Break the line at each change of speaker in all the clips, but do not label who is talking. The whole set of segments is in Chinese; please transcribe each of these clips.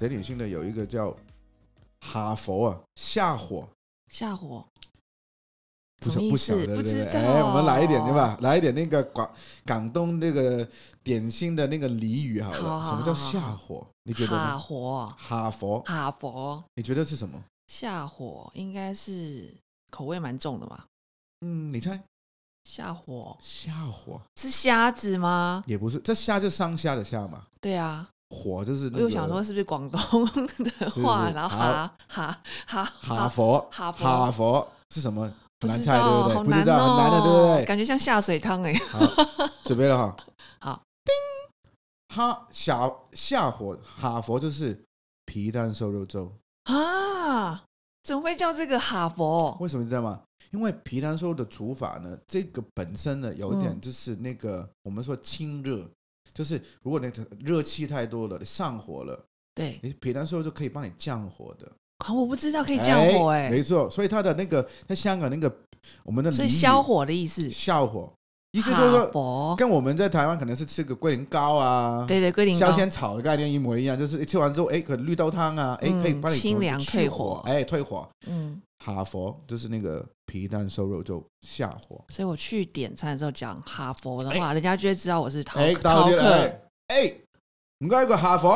雷鼎信的有一个叫哈佛啊，下火
下火，
不
什
晓
么意
不晓
思
得对不
不
对
知？道
哎，我们来一点对吧？来一点那个广广东那个典型的那个俚语好了。
好好
什么叫
好
下火？你觉得
哈
呢？
佛
哈佛，
哈佛
你觉得是什么？
下火应该是口味蛮重的吧？
嗯，你猜？
下火
下火
是虾子吗？
也不是，这虾就上虾的虾嘛，
对啊，
火就是、那
我
个。
又想说是不是广东的话，
是
然后
哈
哈哈哈
哈佛，
哈佛
哈佛是什么？
不
很难
知
猜，对不对？
道，好
不知道，
哦，
很难的，对不对？
感觉像下水汤哎、
好，准备了哈。
好，
叮，哈下下火哈佛就是皮蛋瘦肉粥，
啊，怎么会叫这个哈佛？
为什么你知道吗？因为皮蛋瘦肉的煮法呢，这个本身呢有一点
嗯
就是那个、我们说清热，就是如果你的热气太多了，你上火了，
对，
你皮蛋瘦肉就可以帮你降火的，
啊，我不知道可以降火哎、
没错。所以它的那个在香港那个我们的
所
俚
以
语
消火的意思，
消火，意
意
思就是说
佛，
跟我们在台湾可能是吃个龟苓膏啊，
对对，龟苓
消
膏，
仙草的概念一模一样，就是吃完之后，哎，可能绿豆汤啊，哎，
嗯
可以帮你
清凉
去
退
火
火，
哎，退火。
嗯，
哈佛就是那个皮蛋瘦肉粥下火，
所以我去点餐的时候讲哈佛的话，人家就会知道我是逃
哎，到
逃
底
客，
了，哎，唔该一个哈佛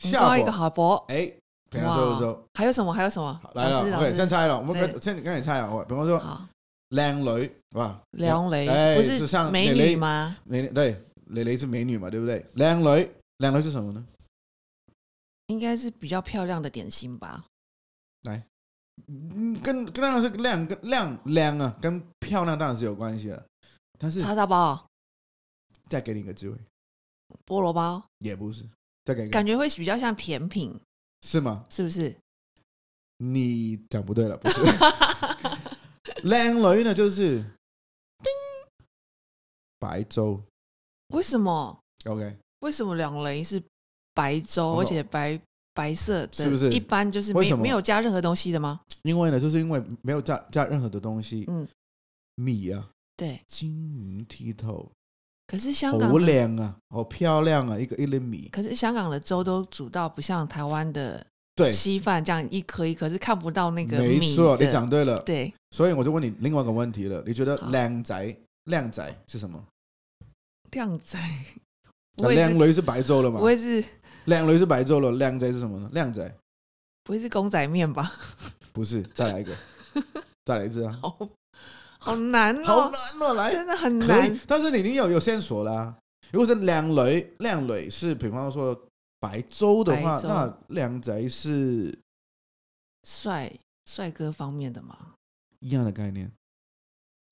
下
嗯高一个
火，
哈佛，
哎，皮蛋瘦肉粥
还有什么？还有什么
好？来
老师
了
老
，OK，
师
先猜了，我们跟
对
先跟你猜啊，我比方说
好，
靓女，哇，
梁雷、
哎
不
是像
是美
蕾蕾
女吗？
美女对，蕾蕾是美女嘛，对不对？靓女，靓女是什么呢？
应该是比较漂亮的点心吧？
嗯，跟跟当然是亮跟亮亮啊，跟漂亮当然是有关系的。但是
叉烧包、
再给你一个机会，
菠萝包，
也不是，再给你一个
感觉会比较像甜品，
是吗？
是不是？
你讲不对了，不 是。靓女呢，就是叮白粥
为什么？
，OK，
为什么两雷是白粥，
我
而且白白色的？
是不是
一般就是
为
没
什么
没有加任何东西的吗？
因为呢，就是因为没有加加任何的东西，
嗯，
米啊，
对。
晶莹剔透，
可是香港
好
的，
亮啊，好漂亮啊，一个一粒米，
可是香港的粥都煮到不像台湾的
对，
稀饭这样一颗一颗，是看不到那个
没
米
错，你
的
讲对了。
对
所以我就问你另外一个问题了，你觉得
好
靓仔靓仔是什么？
靓仔，
那
我也
靓
是，
女是白粥了嘛
不？会是
靓女是白粥了，靓仔是什么呢？靓仔
不会是公仔面吧？
不是，再来一个，再来一次啊！
好好难
好
哦，
难哦，来，
真的很
可
难
以，但是你已经有有线索啦、如果是靓女，靓女是比方说白粥的话
白，粥
那靓仔是
帅帅哥方面的吗？
一样的概念。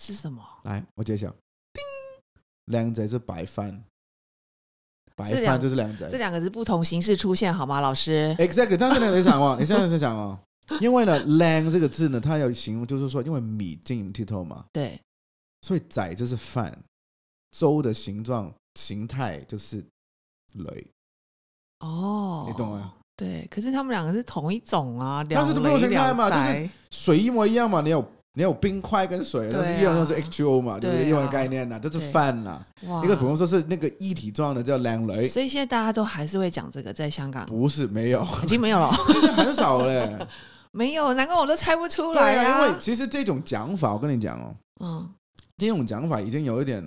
是什么？
来，我揭晓，叮，靓仔是白饭，白
这
饭
两
就是靓仔，
这两个是不同形式出现好吗？老师，
Exactly，但是呢，你想哦，你现在是想哦，因为呢“靓”这个字呢，它有形容，就是说，因为米晶莹剔透嘛，
对，
所以仔就是饭，粥的形状形态就是雷，
哦，
你懂吗？
对，可是他们两个是同一种啊，
但是
两
不用
雷
形态嘛
两宅
水一模一样嘛，你有你有冰块跟水，
对
但
啊
是一样都是 H2O 嘛，对不对？
对啊
一样的概念呐，这是饭呐。
哇
一个普通说是那个一体状的叫靓雷，
所以现在大家都还是会讲这个，在香港
不是没有，
已经没有了，
其实很少 嘞。
没有，难怪我都猜不出
对
来
啊，因为其实这种讲法，我跟你讲哦，
嗯，
这种讲法已经有一点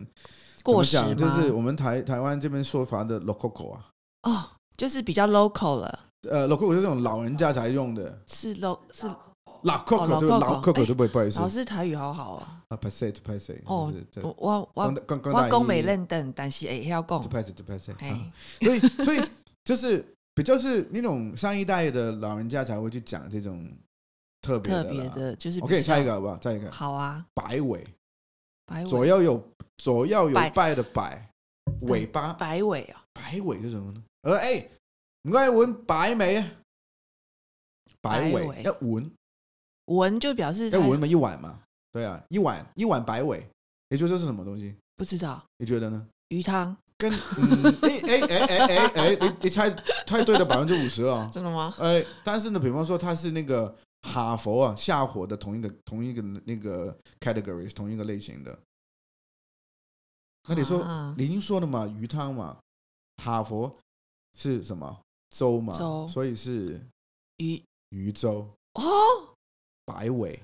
过时
怎么
吗？
讲就是我们台台湾这边说法的 local 啊，
哦，就是比较 local 了，
呃，local 就是这种老人家才用的，
是 lo 是，
老 coco
老
对
coco
老 coco
哎
对不对？啊不好意思
老，师台语好好啊，
啊，拍摄拍摄，
哦
就是对
我我
刚
我
刚刚
我
大
讲
一
美哦认凳，但是也要讲
就，拍摄就拍摄，啊
哎，
所以所以就是比较是那种上一代的老人家才会去讲这种特别
特
啦
别，的就是
我给你
比较
猜一个，好不好？猜一个，
好啊，
摆尾，
白尾
左右有左右有
摆
摆的摆，尾巴
白尾啊，
摆尾是什么呢？呃，哎，唔该，碗摆尾啊，摆
摆
尾
尾
一碗。
文就表示
要
它
闻嘛一碗嘛，对啊，一碗一碗白尾，你觉得这是什么东西？
不知道
你觉得呢？
鱼汤
跟嗯，哎哎哎哎哎哎，你你猜猜对了百分之五十了，
真的吗？
哎，但是呢，比方说它是那个哈佛啊下火的同一个同一个那个 category 同一个类型的，那你说
啊
你已经说了嘛，鱼汤嘛，哈佛是什么？州嘛，
州
所以是
鱼
渔州、
哦，
白尾，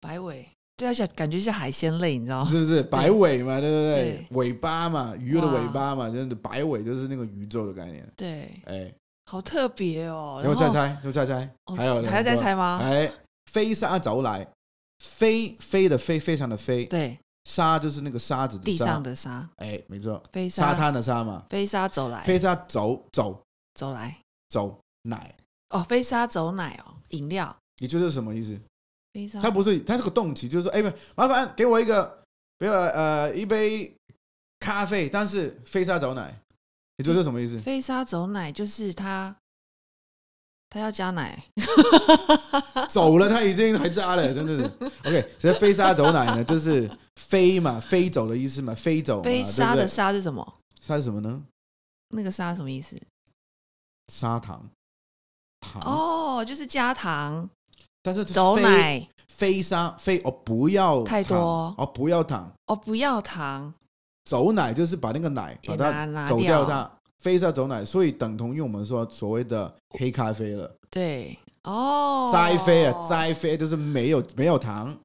白尾，对啊，想感觉是海鲜类，你知道吗？
是不是白尾嘛？对不对
哦对？
尾巴嘛，鱼的
哇
尾巴嘛，真的白尾就是那个渔州的概念。
对，
哎，
好特别哦。
有没有
然
哎再
后
猜？有没有再猜？
哦
还有
还要再猜吗？
哎，飞沙走来，飞飞的飞，非常的飞，
对，
沙就是那个沙子的
地
沙
上，的沙，
哎，没错，
飞
沙
沙，
滩的沙嘛，
飞沙走来，
飞沙走走
走来。
走奶，
哦，飞沙走奶哦，饮料。
你觉得是什么意思？
飞沙，
它不是，它是个动词，就是说，哎，不麻烦给我一个，比如呃一杯咖啡，但是飞沙走奶，你觉得是什么意 思？
飞沙走奶就是他，他要加奶。
走了，他已经还扎了，真的是。OK，这飞沙走奶呢，就是飞嘛，飞走的意思嘛，飞走嘛，
飞沙
对
的
不对
沙是什么？
它是什么呢？
那个沙什么意思？
砂糖，糖。
哦，就是加糖
但是
走
飞
奶。
飞沙飞哦，不要
太
糖
多
哦，不要糖。
哦，不要糖，
走奶就是把那个奶把
也
它
拿拿
走掉
掉
它。飞沙走奶，所以等同于我们说所谓的黑咖啡了。
对哦，
斋飞啊，斋飞就是没有没有糖，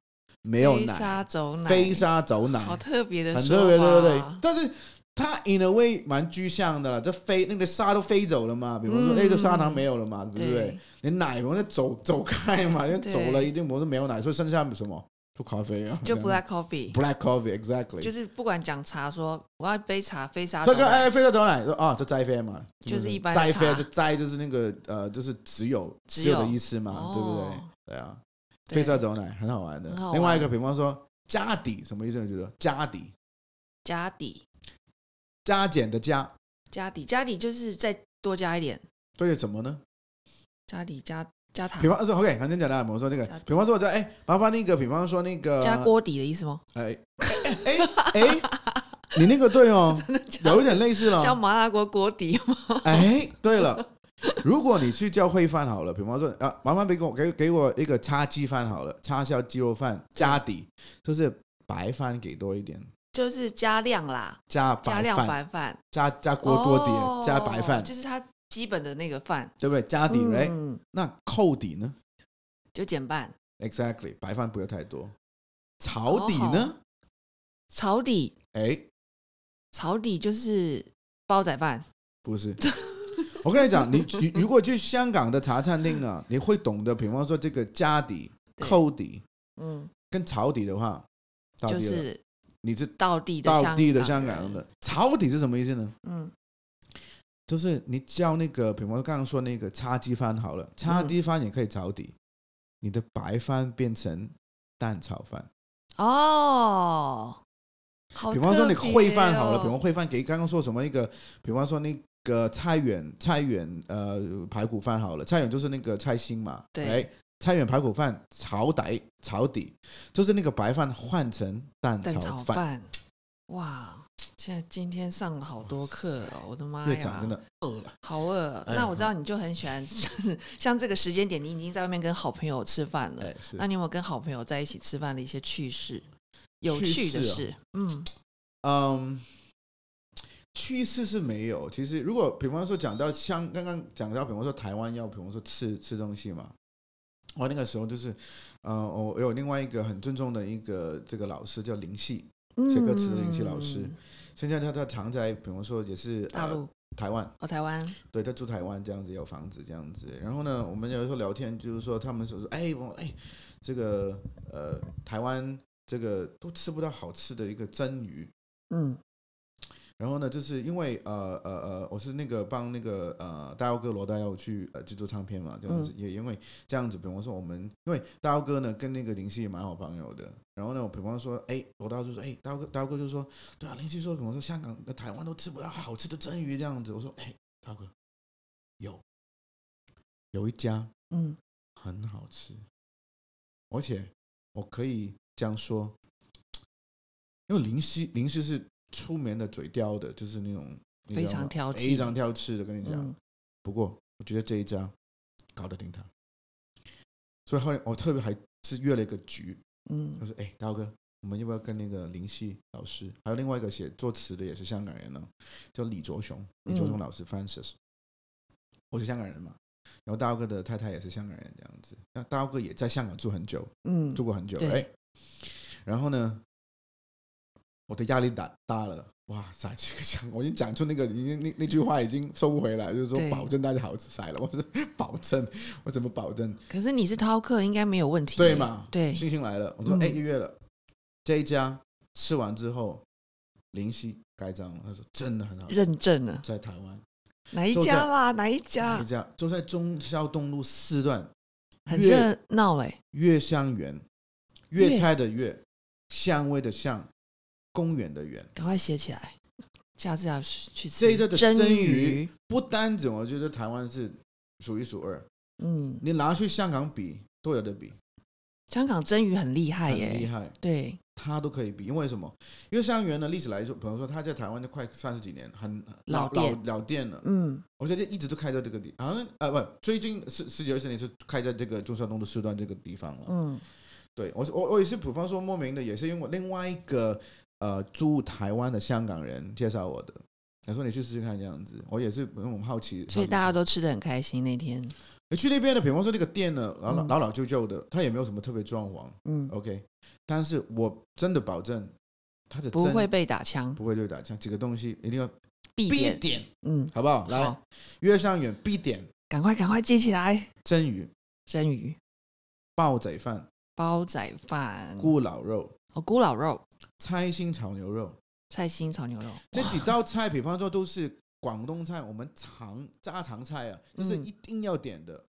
没有
飞
奶，
沙走奶，
飞沙走奶，
好特别的，
很特别，对对对。但是它 in a way 蛮具象的了，这飞那个沙都飞走了嘛，比方说
嗯
那个砂糖没有了嘛，对不对
对？
你奶我那走走开嘛，因为
对
走了一定我是没有奶，所以剩下什么？就咖啡啊，
就
这样
black coffee，
black coffee exactly。
就是不管讲茶说我要一杯茶，飞沙
这
走
个
奶，
哎，飞到走奶说啊，就斋飞嘛，
就是一般的
斋
茶
飞就斋就是那个呃，就是只有
只
只有的
有
意思嘛，对不对
哦？
对啊，
对
飞沙走奶很好玩的
很好。玩
另外一个，比方说家底什么意思呢？就是家底
加底
加减的加，
加底加底就是再多加一点，
对于什么呢？
加底加加糖
比，方说，OK，很简单，我说那个
加底，
比方说我在哎，麻烦那个，比方说那个
加，锅底的意思吗？
哎哎哎哎，你那个对 哦，
啊
有一点哦类似
像
了。
麻辣锅锅底吗？
哎，对了，如果你去叫烩饭好了，比方说啊，麻烦别给我给给我一个叉鸡饭好了，叉烧鸡肉饭加底，就是白饭给多一点，
就是加量啦，
加
加
白
量
饭
白饭，
加加锅锅
哦
底加白饭，
就是它基本的那个饭
对不对？加底嘞，
嗯，
那扣底呢
就减半。
？Exactly，白饭不要太多。炒底
哦
呢？
炒底
哎。
炒底就是煲仔饭，
不是。 我跟你讲，你你如果去香港的茶餐厅啊，你会懂得，比方说这个家底、
对
扣底
嗯，
跟炒底的话，到底
就
了
是
你是
道地的
到地的香
香
港人
人，
的炒底是什么意思呢？
嗯，
就是你叫那个，比方说刚刚说那个叉鸡饭好了，叉鸡饭也可以炒底，你的白饭变成蛋炒饭。
哦，好
比
特别哦，哦
方说你烩饭好了，比方烩饭给刚刚说什么那个，比方说那个菜远菜远呃排骨饭好了，菜远就是那个菜心嘛，
对
哎，菜远排骨饭炒底炒底，就是那个白饭换成蛋
蛋
炒
炒
饭，
饭，哇，现在今天上了好多课哦，我的妈
越
呀，
讲真的饿了。
好饿。
哎
那我知道你就很喜欢， 像这个时间点，你已经在外面跟好朋友吃饭了。
哎，是
那你有没有跟好朋友在一起吃饭的一些趣事？有
趣
趣的
事啊
事，嗯，
嗯，趋势是没有。其实如果比方说讲到像刚刚讲到，比方说台湾要，比方说吃吃东西嘛，我那个时候就是，呃，我有另外一个很尊重的一个这个老师叫林夕，写歌词的林夕老师
嗯
现在他他常在，比方说也是
大
呃、
陆
台湾，
哦，台湾，
对，他住台湾这样子，有房子这样子。然后呢，我们有时候聊天就是说，他们说说，哎，我哎，这个呃，台湾这个都吃不到好吃的一个蒸鱼，
嗯，
然后呢，就是因为呃呃呃，我是那个帮那个呃大姚哥罗大佑去呃制作唱片嘛，这样子、也因为这样子，比方说我们因为大姚哥呢跟那个林夕也蛮好朋友的，然后呢，我比方说哎罗大佑就说哎大姚哥大姚哥就说对啊林夕说比方说香港台湾都吃不到好吃的蒸鱼这样子，我说哎大姚哥有有一家
嗯，
很好吃，而且我可以这样说，因为林夕林夕是出名的嘴刁的，就是那种你知道吗
非常挑剔
非常挑剔的，跟你讲。
嗯
不过我觉得这一家搞得定他，所以后来我特别还是约了一个局，
嗯
他说：“哎，大哥，我们要不要跟那个林夕老师，还有另外一个哦
嗯
写作词的也是香港人呢，叫李卓雄，李卓雄老师 Francis，、我是香港人嘛，然后大姚哥的太太也是香港人这样子，那大姚哥也在香港住很久，
嗯，
住过很久，
对
哎，然后呢，我的压力大大了，哇塞，这个讲我已经讲出那个已经那那句话已经收不回来，就是说
对
保证大家好吃塞了，我是 保证，我怎么保证？
可是你是饕客，应该没有问题，
对？嘛？
对
星星来了，我说
嗯
哎，预约了，这一家吃完之后，林夕盖章了，他说真的很好吃，
认证了
在台湾
哪一
就哎
家
在
啦？哪一
哪
家
一？家就在忠孝东路四段
很
越
热闹哎，
月香园，
越
粤菜的粤，香味的香，公园的园。
赶快写起来，下次要去去吃
这一家的
蒸
蒸鱼，不单止我觉得台湾是数一数二，
嗯，
你拿去香港比都有的比，
香港蒸鱼很厉害
很厉
耶，
害，
对，
它都可以比。因为什么？因为香园的历史来说，比方说它在台湾就快三十几年，很
老
老
店
老店了。
嗯，
我觉得一直都开在这个地，好像呃不，最近十十几二十年是开在这个中山东路四段这个地方了。
嗯，
对我是我我也是，比方说莫名的，也是因为另外一个呃住台湾的香港人介绍我的，他说你去试试看这样子，我也是因为我们好奇，
所以大家都吃的很开心那天，
你去那边的，比方说那个店呢，老老
嗯
老老旧旧的，它也没有什么特别装潢
嗯，
，OK，但是我真的保证它的
不
真
会被打枪，
不会对打枪，几个东西一定要
必
必
点，
点，
嗯，
好不好？来，
好，
月上远必点
赶快赶快记起来，
蒸鱼、
蒸鱼、
煲仔饭、
煲仔饭、
咕老肉、
哦咕老肉、
菜心炒牛肉。
菜心炒牛肉，
这
哇
几道菜，比方说都是广东菜，我们常家常菜啊，就是
嗯
一定要点的。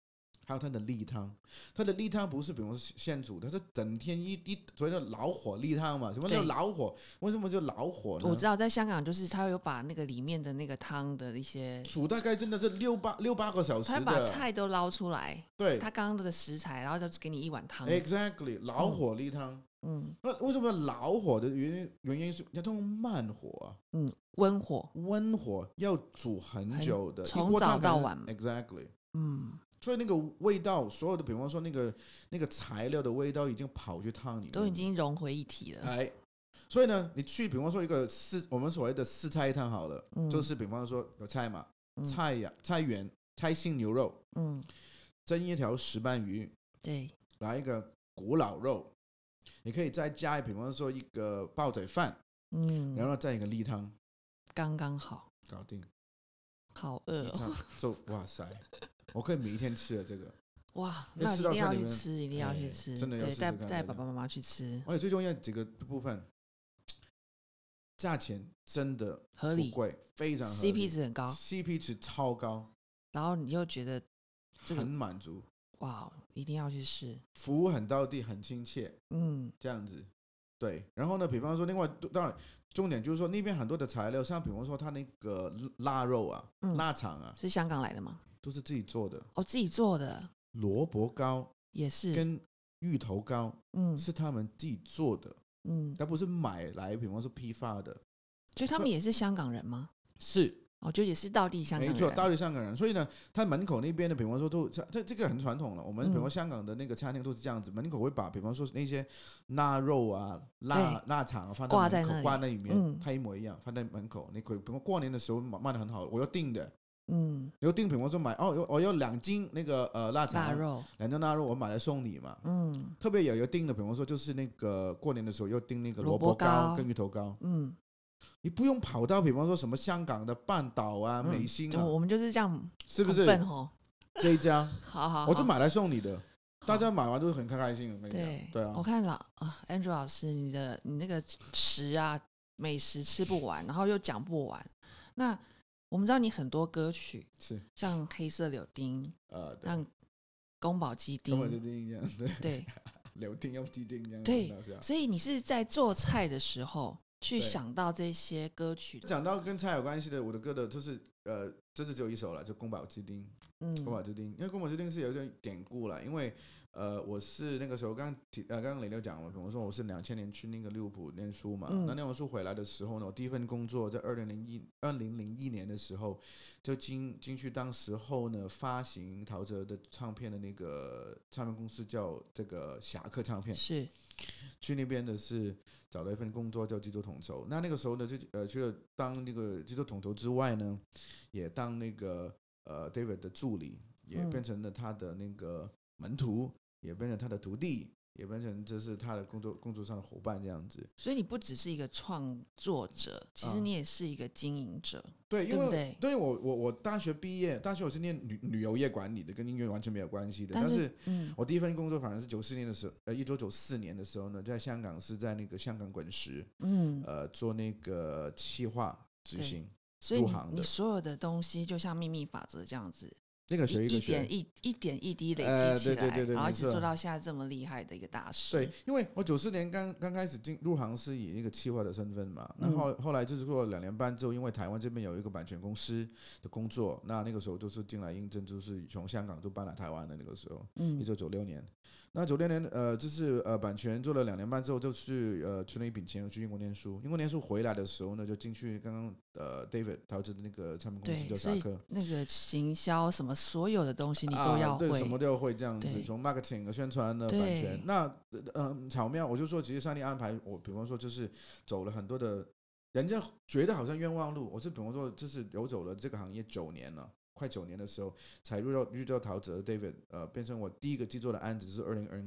还有它的例汤，它的例汤不是比方说现煮，它是整天一一所谓的老火例汤嘛？什么叫
对
老火？为什么叫老火呢？
我知道在香港就是他有把那个里面的那个汤的一些，
煮大概真的是六八六八个小时
他会把
的，
菜都捞出来，
对哎
他刚刚的食材，然后就给你一碗汤，
，exactly 老火例汤。
嗯
那为什么老火的原因？原因是要用慢火啊，
嗯，温火，
温火要煮很
很
久的，一
从
锅汤
早
可
到
能
晚
，exactly。
嗯，
所以那个味道，所有的，比方说那个那个材料的味道，已经跑去汤里面，
都已经融回一体了，
哎。所以呢，你去，比方说一个四，我们所谓的四菜汤好了，
嗯，
就是比方说有菜嘛，
嗯
菜呀、菜园、菜心牛肉，
嗯，
蒸一条石斑鱼，
对，
来一个古老肉，你可以再加，比方说一个煲仔饭，然
嗯，
后再一个例汤，
刚刚好，
搞定。
好饿、
这
哦，
样就哇塞，我可以每一天吃的这个。
哇，
那
那
吃
一
到
定要
这里
去
面
吃，一定要
哎
去吃，
真的要
对，
试试
带
看
带
真的
爸爸妈妈去吃，
而且最重要几个部分，价钱真的
合
不
理
贵，非常合理
，CP 值很高，
CP 值超高，
然后你又觉得这个
很满足，
哇，一定要去试，
服务很到地，很亲切，
嗯，
这样子。对，然后呢，比方说，另外当然重点就是说那边很多的材料，像比方说它那个腊肉啊、
嗯
腊肠啊，
是香港来的吗？
都是自己做的，
哦，自己做的
萝卜糕
也是，
跟芋头糕
嗯
是他们自己做的，
嗯，
它不是买来，比方说批发的，
所以他
所
们也是香港人吗？
是
哦，就也是道地香港
没
人，
错，到底香港人，所以呢，他门口那边的，比方说都这这这个很传统了。我们比
嗯
方说香港的那个餐厅都是这样子，门口会把比方说那些腊肉啊、腊腊肠啊放
挂
在
在
门
那
口，
里
挂在里面，
嗯
它一模一样，放在门口。你可以，比方过年的时候卖卖的很好，我要订的，
嗯，
你要订，比方说买哦，有我要两斤那个呃腊
腊
肠，
肉，
两斤腊肉，我买来送你嘛。
嗯
特别有有订的，比方说就是那个过年的时候要订那个萝
萝
卜
卜
糕
糕
跟芋头糕，
嗯，
你不用跑到比方说什么香港的半岛啊、
嗯
美心
就
啊，
我们就是这样，
是不是
很笨吼？
这一家？
好好，
我就
好
买来送你的，大
好
家买完都是很开开心的。我跟你
对
讲，对啊
我，看老啊，Andrew 老师，你的你那个食啊，美食吃不完，然后又讲不完。那我们知道你很多歌曲，
是
像《黑色柳丁》，
呃，对，
像《宫保鸡丁
根本就》，定这样， 对，
对，
柳丁要既定这样，
对
很搞笑
所以你是在做菜的时候去
对
想到这些歌曲的，
讲到跟菜有关系的，我的歌的就是呃，这次只有一首了，就《宫保鸡丁》。
嗯
宫保鸡丁，因为宫保鸡丁是有一点典故了，因为呃，我是那个时候刚提呃，刚刚磊磊讲了，比如说我是两千年去那个利物浦念书嘛，
嗯
那念完书回来的时候呢，我第一份工作在二零零一二零零一年的时候，就进进去当时候呢发行陶喆的唱片的那个唱片公司叫这个侠客唱片，
是
去那边的是找了一份工作叫基督统筹。那那个时候呢，就呃去了当那个基督统筹之外呢，也当那个呃 David 的助理，也
嗯
变成了他的那个门徒，也变成他的徒弟，也变成这是他的工作工作上的伙伴这样子。
所以你不只是一个创作者，其实
啊
你也是一个经营者。
对，因
对
为
不对
我我我大学毕业，大学我是念旅旅游业管理的，跟音乐完全没有关系的。但
但
是
嗯，
我第一份工作反而是九四年的时候，呃，一九九四年的时候呢，在香港是在那个香港滚石，
嗯，
呃，做那个企划执
对
行，
所以
入
你
行的
你所有的东西就像秘密法则这样子，
那个学
一
一个
一
学
点。一一点一滴累
呃
积
对
起
对
来，
对对
然后
没
一直
错
做到现在这么厉害的一个大师。
对，因为我九四年刚刚开始进入行是以一个企划的身份嘛，
嗯
然后后来就是过了两年半之后，因为台湾这边有一个版权公司的工作，那那个时候就是进来应征，就是从香港就搬来台湾的那个时候，一
嗯
九九六年。那九六年，呃，就是呃，版权做了两年半之后，就去呃存了一笔钱，去英国念书。英国念书回来的时候呢，就进去刚刚呃 David 陶喆的那个唱片公司
对，
叫
所
沙
以
克。
那个行销什么所有的东西你都要
啊、对
会
什，么都要会这样子
对，
从 marketing 呃的宣传的版
对
权，那呃嗯巧妙，我就说其实上帝安排我，比方说就是走了很多的，人家觉得好像冤枉路，我是比方说就是游走了这个行业九年了。快九年的时候，才遇到遇到陶喆 David，呃，变成我第一个制作的案子是二零二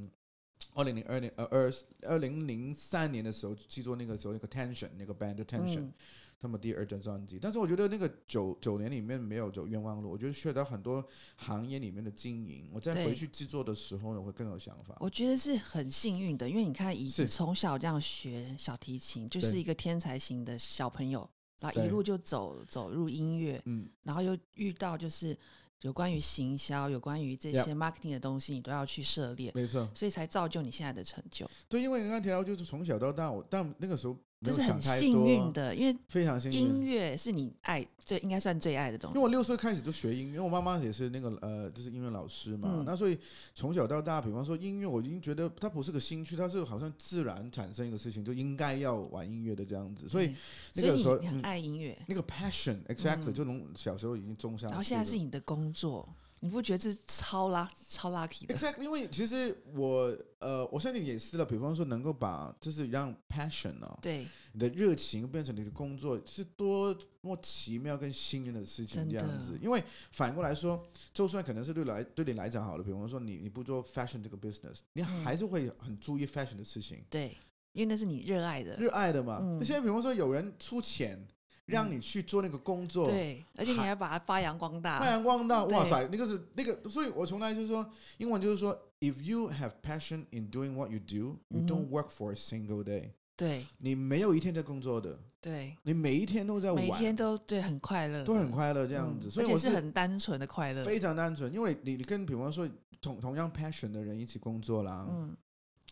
二零零二年呃二二零零三年的时候制作那个时候那个 Tension 那个 band Tension，、
嗯
他们第二张专辑。但是我觉得那个九九年里面没有走冤枉路，我觉得学到很多行业里面的经营。我再
对
回去制作的时候呢，我会更有想法。
我觉得是很幸运的，因为你看，以
是
从小这样学小提琴，就是
对
一个天才型的小朋友，然后
对
一路就走走入音乐，
嗯，
然后又遇到就是有关于行销、有关于这
Yeah
些 marketing 的东西，你都要去涉猎，
没错，
所以才造就你现在的成就。
对，因为刚刚提到就是从小到大，我但那个时候没
这
有
是
想
很
太
幸运
多，啊
的，因为
非常幸
音
运。
乐是你爱最应该算最爱的东
因为
西。
我六岁开始就学音乐，因为我妈妈也是那个呃，就是音乐老师嘛。
嗯
那所以从小到大，比方说音乐，我已经觉得它不是个兴趣，它是好像自然产生一个事情，就应该要玩音乐的这样子。所以那
对嗯所
个
以
时候
你你很
嗯
爱音乐，
那个 passion，exactly，、
嗯
就从小时候已经种下去了。
然后现在是你的工作，你不觉得这是超拉超 lucky 的？
Exactly，因为其实我呃，我相信你也是了。比方说，能够把就是让 passion 哦，
对，
你的热情变成你的工作，是多么奇妙跟幸运的事情
真
这
的
样子。因为反过来说，就算可能是对来对你来讲好了，比方说你你不做 fashion 这个 business，你
嗯
还是会很注意 fashion 的事情，
对，因为那是你热爱的，
热爱的嘛。那、
嗯
现在比方说有人出钱让你去做那个工作，
对，而且你
还
还把它发扬光
发
大，
扬光大，哇
啊对
塞，那个是那个，所以我从来就是说，英文就是说，if you have passion in doing what you do, you
嗯哼
don't work for a single day。
对
你没有一天在工作的，
对，
你每一天都在
每
玩，
天都对很快乐的，
都很快乐这
这
样子，所
而
以
且
我
是很单纯的快乐，
非常单纯，因为你你跟比方说同同样 passion 的人一起工作啦，
嗯，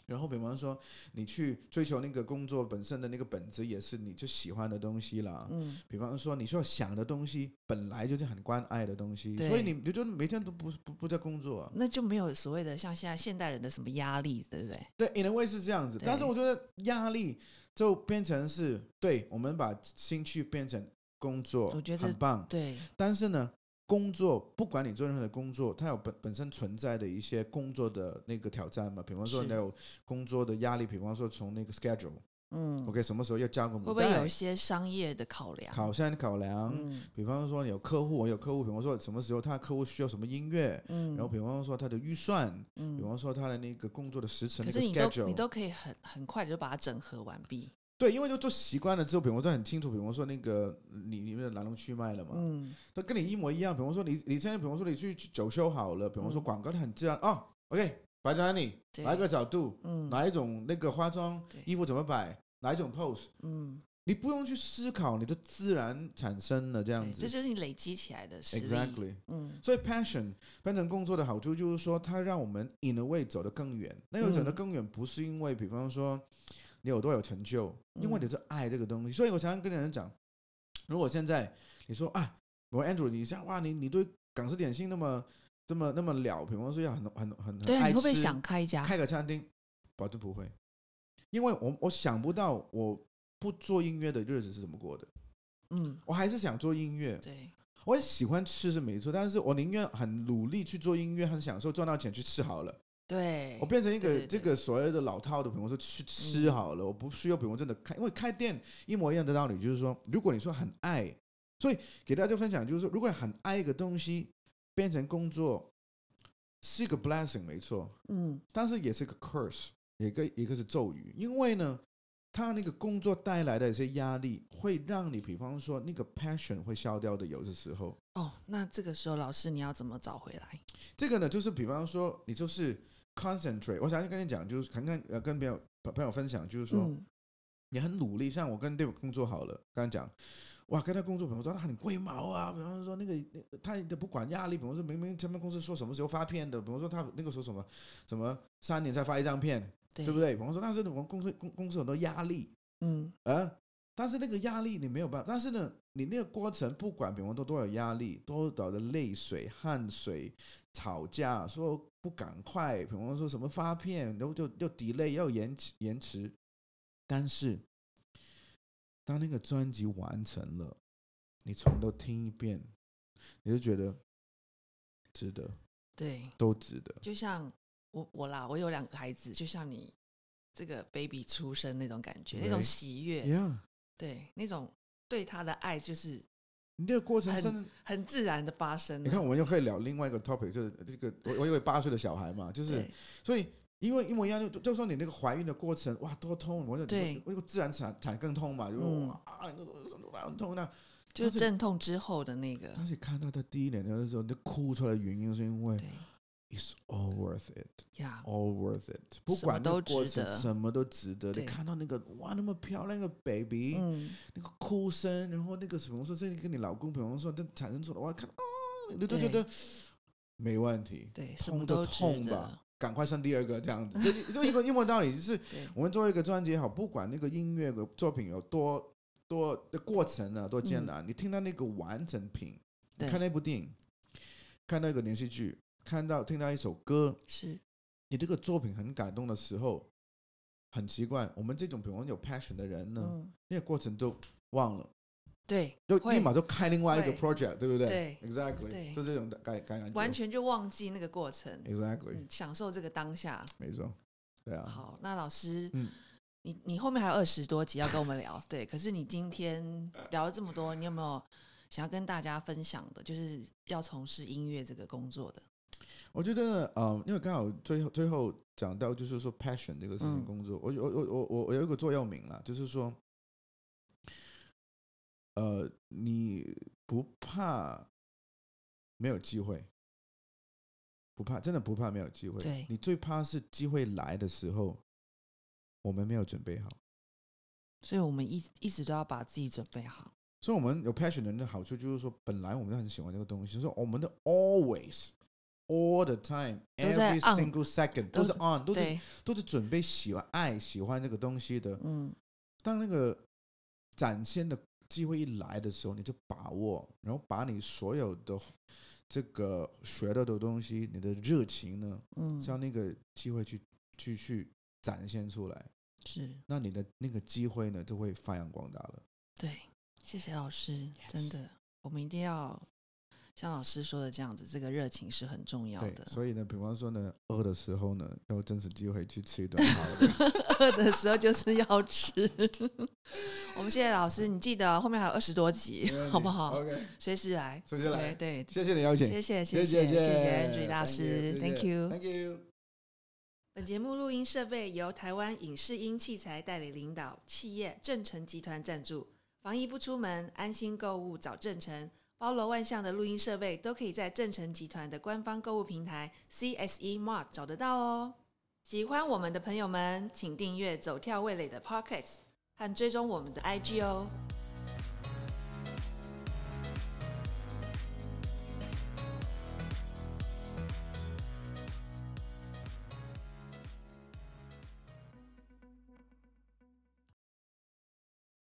然后比方说你去追求那个工作本身的那个本质，也是你就喜欢的东西啦，
嗯，
比方说，你需要想的东西本来就是很关爱的东西，
对
所以你你就每天都不不不在工作、啊。
那就没有所谓的像现在现代人的什么压力，对不对？
对，in a way 是这样子，
对
但是我觉得压力就变成是对我们把兴趣变成工作，
我觉得
很棒。
对，
但是呢，工作不管你做任何的工作，它有本本身存在的一些工作的那个挑战嘛，比方说
是
你有工作的压力，比方说从那个 schedule，OK，、
嗯，会
OK，什么时候要交个
不
母
会有
带
一，些商业的考量？
考山考量。
嗯
比方说，你有客户，我有客户。比方说，什么时候他客户需要什么音乐，
嗯，
然后比方说他的预算，比
嗯，
方说他的那个工作的时程，
可
那个
是你都你
schedule，
都可以很很快地就把它整合完毕，
对，因为就做习惯了之后，比方说很清楚，比方说那个你你们的来龙去脉了嘛，
嗯，
他跟你一模一样。比方说你你现在比方说你去去走秀好了，比方说
嗯
广告它很自然哦，OK，摆在哪里，
对
哪一个角度，
嗯
哪一种那个化妆
对
衣服怎么摆，哪一种 pose，
嗯，
你不用去思考，你就自然产生了这样
对
子
这。就是你累积起来的实力
Exactly，
嗯，
所以 passion 变成工作的好处就是说，它让我们 in a way 走得更远。那个走得
嗯
更远，不是因为比方说你有多有成就，因为
嗯
你是爱这个东西。所以我常常跟人讲，如果现在你说啊，我 Andrew，你像哇，你你对港式点心那么这么那么了，比方说要很很很
对
很
啊，
爱
你会不会
吃
想开一家？
开个餐厅，保证不会，因为我我想不到我不做音乐的日子是怎么过的。
嗯，
我还是想做音乐，
对，
我喜欢吃是没错，但是我宁愿很努力去做音乐，很享受赚到钱去吃好了。
对，
我变成一
对
个
对
这
对
个所谓的老套的朋友说去吃
嗯
好了，我不需要朋友真的开，因为开店一模一样的道理，就是说，如果你说很爱，所以给大家分享就是说，如果你很爱一个东西，变成工作是一个 blessing 没错，
嗯
但是也是个 curse，一个一个是咒语，因为呢，他那个工作带来的一些压力，会让你，比方说那个 passion 会消掉的，有的时候，
哦，那这个时候老师你要怎么找回来？
这个呢，就是比方说你就是 concentrate，我想要跟你讲，就是看看呃跟朋友朋友分享，就是说、
嗯
你很努力，像我跟 Dave 工作好了，刚刚讲，哇，跟他工作，比方说他很龟毛啊，比方说那个那个他的不管压力，比方说明明他们公司说什么时候发片的，比方说他那个时候什么什么三年才发一张片，
对
对不？对？比方说，但是我们公司公公司很多压力，
嗯
啊，但是那个压力你没有办法，但是呢，你那个过程不管比方说多有压力，多少的泪水、汗水、吵架，说不赶快，比方说什么发片，然后就又 delay 要延迟延迟，但是当那个专辑完成了，你从头听一遍，你就觉得值得，
对，
都值得。
就像我我啦，我有两个孩子，就像你这个 baby 出生那种感觉，那种
对
喜悦
Yeah，
对，那种对他的爱就是
你那个过程
很
真的。
很自然的发生了。
你看，我们又可以聊另外一个 topic，就是这个我我有个八岁的小孩嘛，就是
对
所以因为一模一样，就就说你那个怀孕的过程，哇，多痛，我就
对
我就自然产产更痛嘛，就
嗯
哇啊，那个很痛那，嗯
就是
但是
阵痛之后的那个，
而且看到他第一脸的时候，你就哭出来的原因是因为
对
it's all worth it，all
呀，
worth it，不
什么
管那个
都值
过程
得
什么都值得。
对
你看到那个哇，那么漂亮的 baby，
嗯，
那个哭声，然后那个什么说，这个跟你老公，比方说，这产生出来，哇，看啊，你就觉
对
得没问题。
对，什么
痛
都
就
值
痛
得
吧，，赶快上第二个这样子，就就一个一模道理，就是
对，
我们做一个专辑也好，不管那个音乐的作品有多多的过程啊，多艰难，你听到那个完成品，
嗯对
看那部电影，看那个连续剧，看到听到一首歌，
是
你这个作品很感动的时候，很奇怪，我们这种比方有 passion 的人呢，
嗯，
那个过程都忘了。
对，
就
会
立马就开另外一个
会
project，对不对？
对
e x a c t l
对
y 就这种感感感觉，
完全就忘记那个过程，
exactly，、
嗯，享受这个当下。
没错，对啊，
好，那老师，
嗯
你你后面还有二十多集要跟我们聊，对。可是你今天聊了这么多，你有没有想要跟大家分享的？就是要从事音乐这个工作的，
我觉得呢，呃，因为刚好最后最后讲到就是说 passion 这个事
嗯
情，工作，我我我我我我有一个座右铭啦，就是说，呃，你不怕没有机会，不怕，真的不怕没有机会，
对
你最怕是机会来的时候，我们没有准备好。
所以我们一一直都要把自己准备好。
所以我们有 passion 的人的好处就是说，本来我们就很喜欢这个东西，所以我们的 always。All the time,
都
every
在 on
single second
都
都是 on，都是
对，
都是准备喜欢爱、喜欢这个东西的。
嗯，
当那个展现的机会一来的时候，你就把握，然后把你所有的这个学到的东西，你的热情呢，
嗯，
向那个机会去去去展现出来，
是
那你的那个机会呢，就会发扬光大了。
对，谢谢老师，真的，我们一定要像老师说的这样子，这个热情是很重要
对，
的。
所以呢，比方说呢，饿的时候呢，要珍惜机会去吃一顿好的。
饿的时候就是要吃。 我们谢谢老师，你记得后面还有二十多集，好不好？
？OK，
随时来，
随时来
对
谢谢你的邀
对，
请，
谢谢
谢
谢谢
谢
谢谢 Andrew 大师，Thank you。
，Thank you。
本节目录音设备由台湾影视音器材代理领导企业正成集团赞助。防疫不出门，安心购物找正成。包罗万象的录音设备都可以在正成集团的官方购物平台 CSE Mart 找得到哦。喜欢我们的朋友们，请订阅“走跳味蕾”的 Podcast 和追踪我们的 IG 哦。